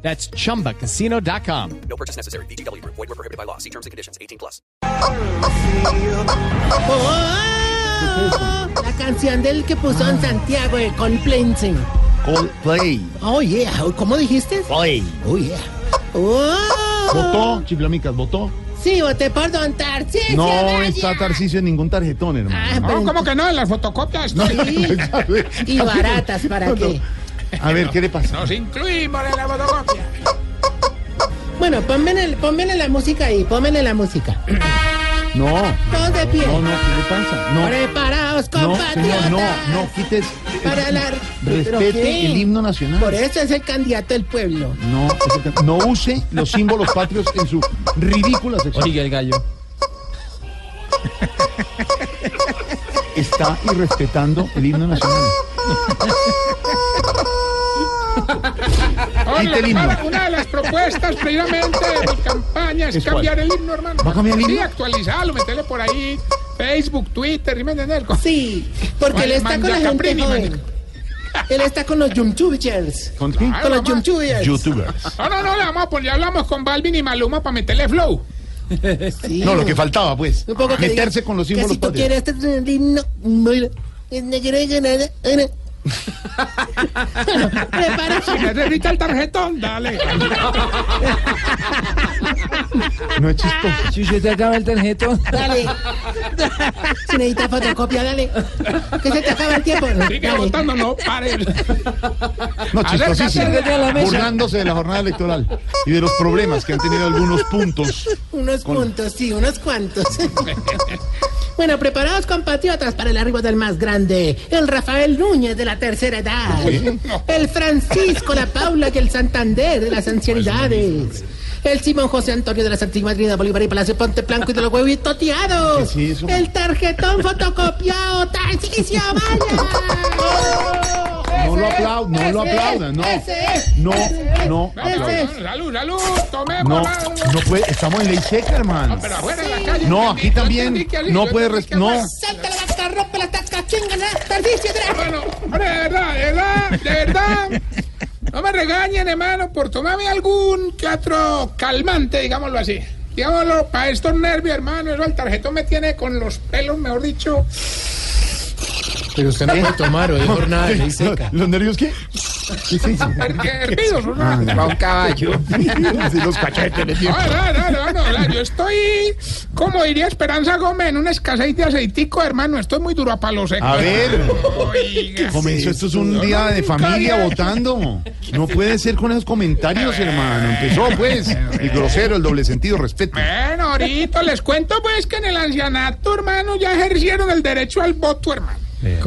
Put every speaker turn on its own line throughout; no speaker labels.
That's chumbacasino.com.
No purchase necessary. BGW. Void were prohibited by law. See terms and conditions. 18 plus.
La canción del que puso en Santiago de Complense.
Coldplay.
Oh yeah, ¿cómo dijiste?
Play.
Oh yeah. Oh.
¿Votó? Chiflamicas, ¿votó?
Sí, voté por Don Tarcisio.
No
vaya.
está Tarcicio en ningún tarjetón,
Ah,
hermano.
pero-
Oh, ¿Cómo que no? Las fotocopias. No,
Sí, y baratas, ¿para qué?
A ver, ¿qué le pasa?
Nos incluimos en la fotocopia.
Bueno, ponme el, ponme la música ahí, ponme la música.
No, no,
Todos de pie.
no, ¿qué le pasa? No,
Preparados,
no,
compatriotas.
señor, no, no, quites.
Para la- ¿Pero
Respete
qué?
el himno
Por
nacional.
eso es el candidato del pueblo.
No, es- no use los símbolos patrios en su ridícula sección. Oiga el gallo. Está irrespetando el himno nacional. Ahí
Hola,
está el himno.
hermano, Una de las propuestas precisamente de mi campaña es,
¿Es
cambiar
cuál?
el himno, hermano.
¿Va a cambiar el
Sí,
himno?
actualizarlo, meterle por ahí Facebook, Twitter, ¿sí me entiendes? Con-
Sí, porque él está con la gente
Caprini,
joven. Él está con los youtubers.
¿Con quién?
Con los youtubers.
Youtubers.
No, no, no, le vamos a poner, ya hablamos con Balvin y Maluma para meterle flow.
Sí.
No, lo que faltaba, pues.
Un poco que
Meterse
diga,
con los
que
símbolos
si tú
patrios.
quieres estar en el himno, mira, es negro y ganada, ana. Prepárate.
Si necesita el tarjetón, dale.
No es chistoso.
Si usted acaba el tarjetón.
Dale. Si necesitas fotocopia, dale. Que se te acaba el tiempo.
Sigue
Dale.
votando, no, pare.
No,
Acércate
chistosísimo.
a
la mesa.
Burlándose de la jornada electoral y de los problemas que han tenido algunos puntos.
Unos puntos, sí, unos cuantos. Bueno, preparados compatriotas para el arribo del más grande, el Rafael Núñez de la tercera edad, el Francisco La Paula que el Santander de las ancianidades, el Simón José Antonio de la Santísima Trinidad Bolívar y Palacio Ponte Blanco y de los huevitos toteados,
¿Qué es eso?
el tarjetón fotocopiado Tarcisio Maya.
No lo aplaudan, no lo
Ese es,
aplaudan, no.
ese es,
No,
ese es,
no
ese es.
aplaudan.
Salud, salud,
No,
tomemos. la-
no puede, estamos en ley seca, hermano.
Pero afuera en la calle.
No,
entendí,
aquí
yo
también
entendí que alguien-
no
yo
puede,
entendí
res-
que
no,
afuera-
Salta la vaca, rompe la taca, chingan, ah, Tarcisio, tra-
Bueno, hombre, de verdad, de verdad, de verdad. No me regañen, hermano, por tomarme algún que otro calmante, digámoslo así. Digámoslo, para estos nervios, hermano, eso el tarjetón me tiene con los pelos, mejor dicho.
Pero usted no puede tomar, hoy es jornada de Ah, ley seca.
¿Los nervios qué? ¿Qué es eso?
Hervidos, ¿no?
Ah,
No,
Sí, los cachetes le tienen.
no, no, no, no, no, yo estoy, como diría Esperanza Gómez, en una escasez de aceitico, hermano, estoy muy duro a palo seco.
A ver,
Oiga.
comenzó esto es un día de familia votando. No puede ser con esos comentarios, hermano. Empezó, pues, el grosero, el doble sentido, respeto.
Bueno, ahorita les cuento pues que en el ancianato, hermano, ya ejercieron el derecho al voto, hermano.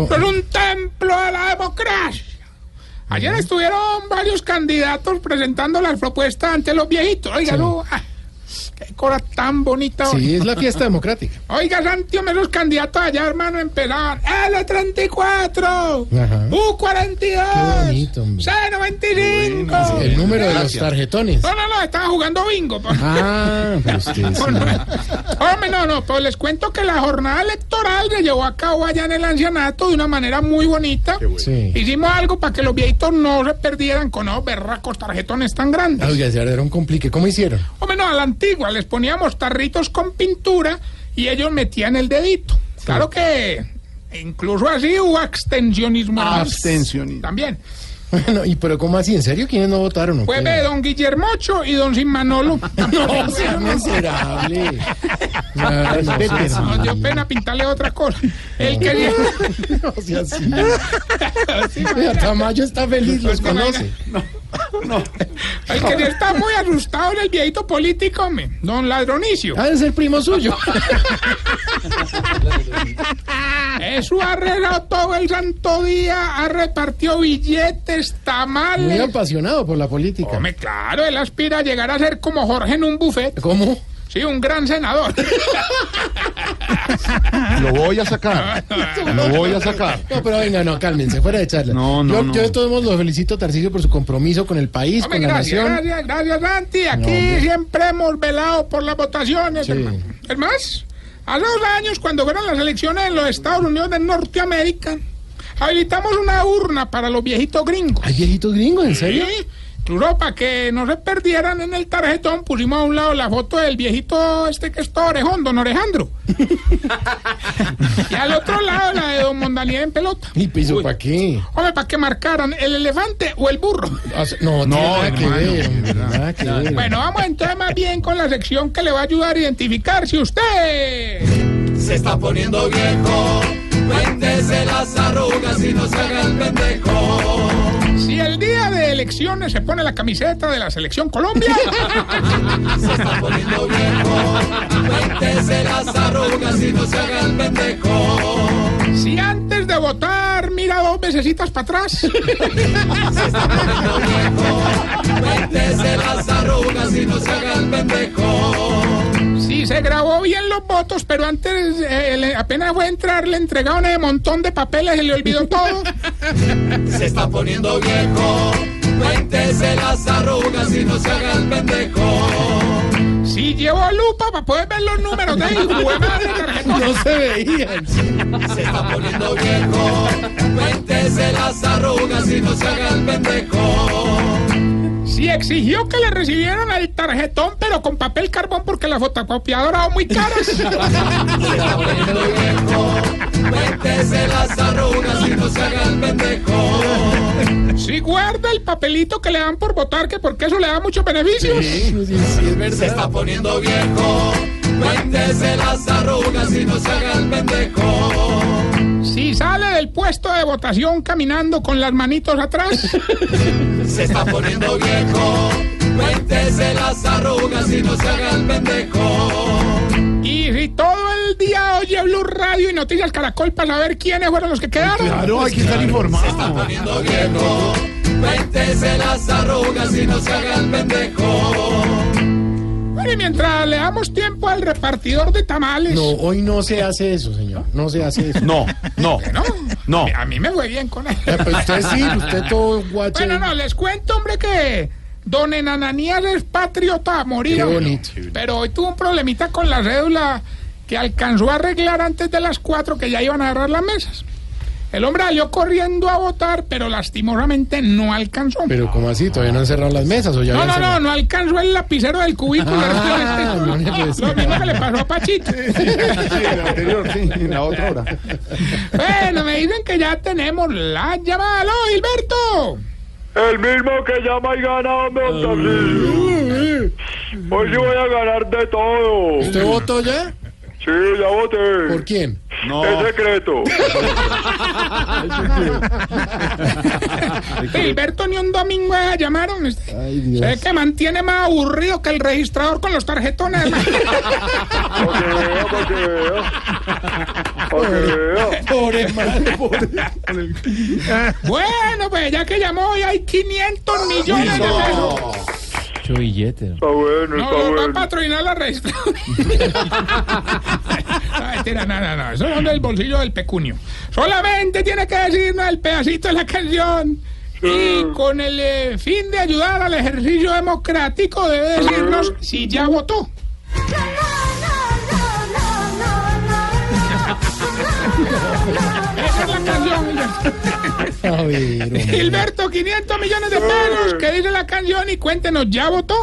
Son un templo a la democracia. Ayer estuvieron varios candidatos presentando las propuestas ante los viejitos. Oiga, no, ah, qué cosa tan bonita. hoy.
es la fiesta democrática.
Oiga, Santiago, esos candidatos allá, hermano, empezaban L34,
Ajá.
U42,
bonito, hombre.
C95.
número de los tarjetones.
No, no, no, estaban jugando bingo. pa.
Ah, pero usted sí.
Hombre, no, no, pues les cuento que la jornada electoral se llevó a cabo allá en el ancianato de una manera muy bonita.
sí.
Hicimos algo para que los viejitos no se perdieran con esos berracos tarjetones tan grandes.
Ah, Oiga, se era un complique. ¿Cómo hicieron?
Hombre, no, a la antigua les poníamos tarritos con pintura y ellos metían el dedito. Claro que incluso así hubo abstencionismo. hermano.
Abstencionismo.
También.
Bueno, ¿y pero cómo así? ¿En serio quiénes no votaron? o
Fue
qué?
de don Guillermocho y don Simanolo.
No, sea miserable. Ya, no,
Respete,
sea así.
Nos dio pena pintarle otra cosa. El que...
No sea así. Vea, Tamayo está feliz,
Pues
los conoce.
El que ya está muy asustado en el viejito político, hombre, don Ladronicio.
Ha de ser primo suyo.
Eso ha arreglado todo el santo día, ha repartido billetes,
Muy
tamales.
apasionado por la política.
Hombre, claro, él aspira a llegar a ser como Jorge en un buffet.
¿Cómo?
Sí, un gran senador.
Lo voy a sacar. Lo voy a sacar.
No, pero venga, no, cálmense, fuera de charla.
No, no,
yo,
no.
yo de todos modos lo felicito, Tarcisio, por su compromiso con el país,
Hombre,
con la
gracias,
nación.
gracias, gracias, Santi. Aquí siempre hemos velado por las votaciones,
Sí.
hermano. Es más, hace dos años, cuando fueron las elecciones en los Estados Unidos de Norteamérica, habilitamos una urna para los viejitos gringos.
Hay viejitos gringos, ¿en serio?
Sí, Claro, para que no se perdieran en el tarjetón, pusimos a un lado la foto del viejito este que es todo orejón, don Alejandro. y al otro lado la de don Mondaniel en pelota.
¿Y piso para qué?
Hombre, para que marcaran el elefante o el burro.
O sea, No,
No,
tiene nada que
hermano,
ver,
de
hombre,
verdad.
nada que ver.
Bueno, vamos a entrar más bien con la sección que le va a ayudar a identificar si usted...
Se está poniendo viejo. Cuéntese las arrugas y no se haga el pendejo.
Si el día de elecciones se pone la camiseta de la selección Colombia,
Se está poniendo viejo. Cuéntese las arrugas y no se haga el pendejo.
si antes de votar mira dos vecesitas para atrás,
Cuéntese las arrugas y no se haga el pendejo.
si se grabó bien los votos, pero antes eh, le- apenas fue a entrar le entregaron un montón de papeles y le olvidó todo,
Se está poniendo viejo. Cuéntese las arrugas y no se haga el pendejo.
si llevó lupa para poder ver los números de ahí, jue madre, tarjetón.
No se veían.
Se está poniendo viejo. Cuéntese las arrugas y no se haga el pendejo.
si exigió que le recibieran el tarjetón pero con papel carbón porque las fotocopiadoras son muy caras.
Se está poniendo viejo. Cuéntese las arrugas y no se haga el pendejo.
Si guarda el papelito que le dan por votar, que porque eso le da muchos beneficios.
Se está poniendo viejo. Cuéntese las arrugas y no se haga el pendejo.
Si sale del puesto de votación caminando con las manitos atrás,
Se está poniendo viejo. Cuéntese las arrugas y no se haga el pendejo.
y si todo el día oye Blue Radio y Noticias Caracol para saber quiénes fueron los que quedaron,
Claro, hay que estar informado.
Poniendo viejo. Cuéntese las arrugas y no se haga el pendejo.
Bueno, y mientras le damos tiempo al repartidor de tamales,
No, hoy no se hace eso, señor. No se hace eso.
No, no,
¿no?
no.
A mí me fue bien con él.
Eh, pues usted sí, usted todo guache.
Bueno, no, les cuento, hombre, que don Enananías es patriota a morir.
Qué
hombre.
bonito.
Pero hoy tuvo un problemita con la cédula que alcanzó a arreglar antes de las cuatro que ya iban a agarrar las mesas. El hombre salió corriendo a votar, pero lastimosamente no alcanzó.
Pero como así, todavía no han cerrado las mesas o ya
no, no,
habían
no,
cerrado?
no alcanzó el lapicero del cubículo.
Ah, no le puede ser.
Lo mismo que le pasó a Pachito.
Sí, en la anterior, sí, en la otra hora.
Bueno, me dicen que ya tenemos la llamada. ¡Aló, Gilberto!
El mismo que llama y gana, hombre, don Tarcisio. Hoy sí voy a ganar de todo.
¿Usted votó ya?
Sí, ya voté.
¿Por quién?
No,
Es secreto.
Gilberto ni un domingo eh, llamaron. Este.
Ay,
Sé que mantiene más aburrido que el registrador con los tarjetones. hermano.
Para que vea, para que vea. Para que vea.
Pobre madre, pobre.
bueno, pues ya que llamó hoy hay 500 millones de pesos.
Está bueno,
No,
está
no, va a
bueno.
patrocinar la registradora. no, mentira, no, no, no. Eso es del bolsillo del pecunio. Solamente tiene que decirnos el pedacito de la canción. Y con el eh, fin de ayudar al ejercicio democrático debe decirnos si ya votó. Esa es la canción, Gilberto.
A ver, hombre.
Gilberto, 500 millones de pesos. ¿Qué dice la canción? Y cuéntenos, ¿ya votó?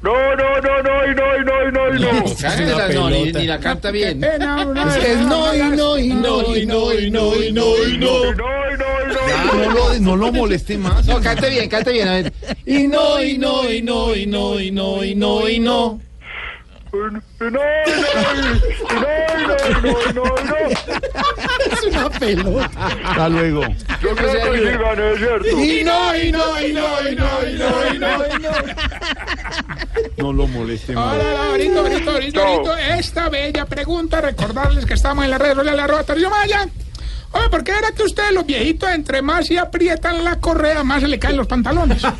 No, no, no, no, y no, y no, y no, y no.
Es una pelota.
canta
Qué pena, una
Es que es no, y no, y no, y no, y no, y no, y no.
Y no, y no, y no.
no lo, no lo molesté más.
Cante bien, cante bien, a ver.
Y no, y no, y no, y no, y no, y no, y no.
Y no, y no, y no, y no, y no, y no, y no.
Es una pelota.
Hasta luego.
Yo creo que sí gané, ¿cierto?
Y no, y no, y no, y no, y no, y no, y no.
No lo molesté más.
Ahora, ahorita, ahorita, ahorita,
No.
ahorita, esta bella pregunta, recordarles que estamos en las redes sociales, arroba Tarcisio Maya. Oye, ¿por qué era que ustedes los viejitos entre más se aprietan la correa, más se le caen los pantalones? Ah,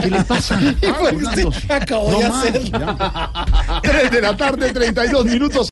¿Qué le pasa?
Pues, sí, acabo de
más,
hacerlo.
ya. Tres de la tarde, 32 minutos.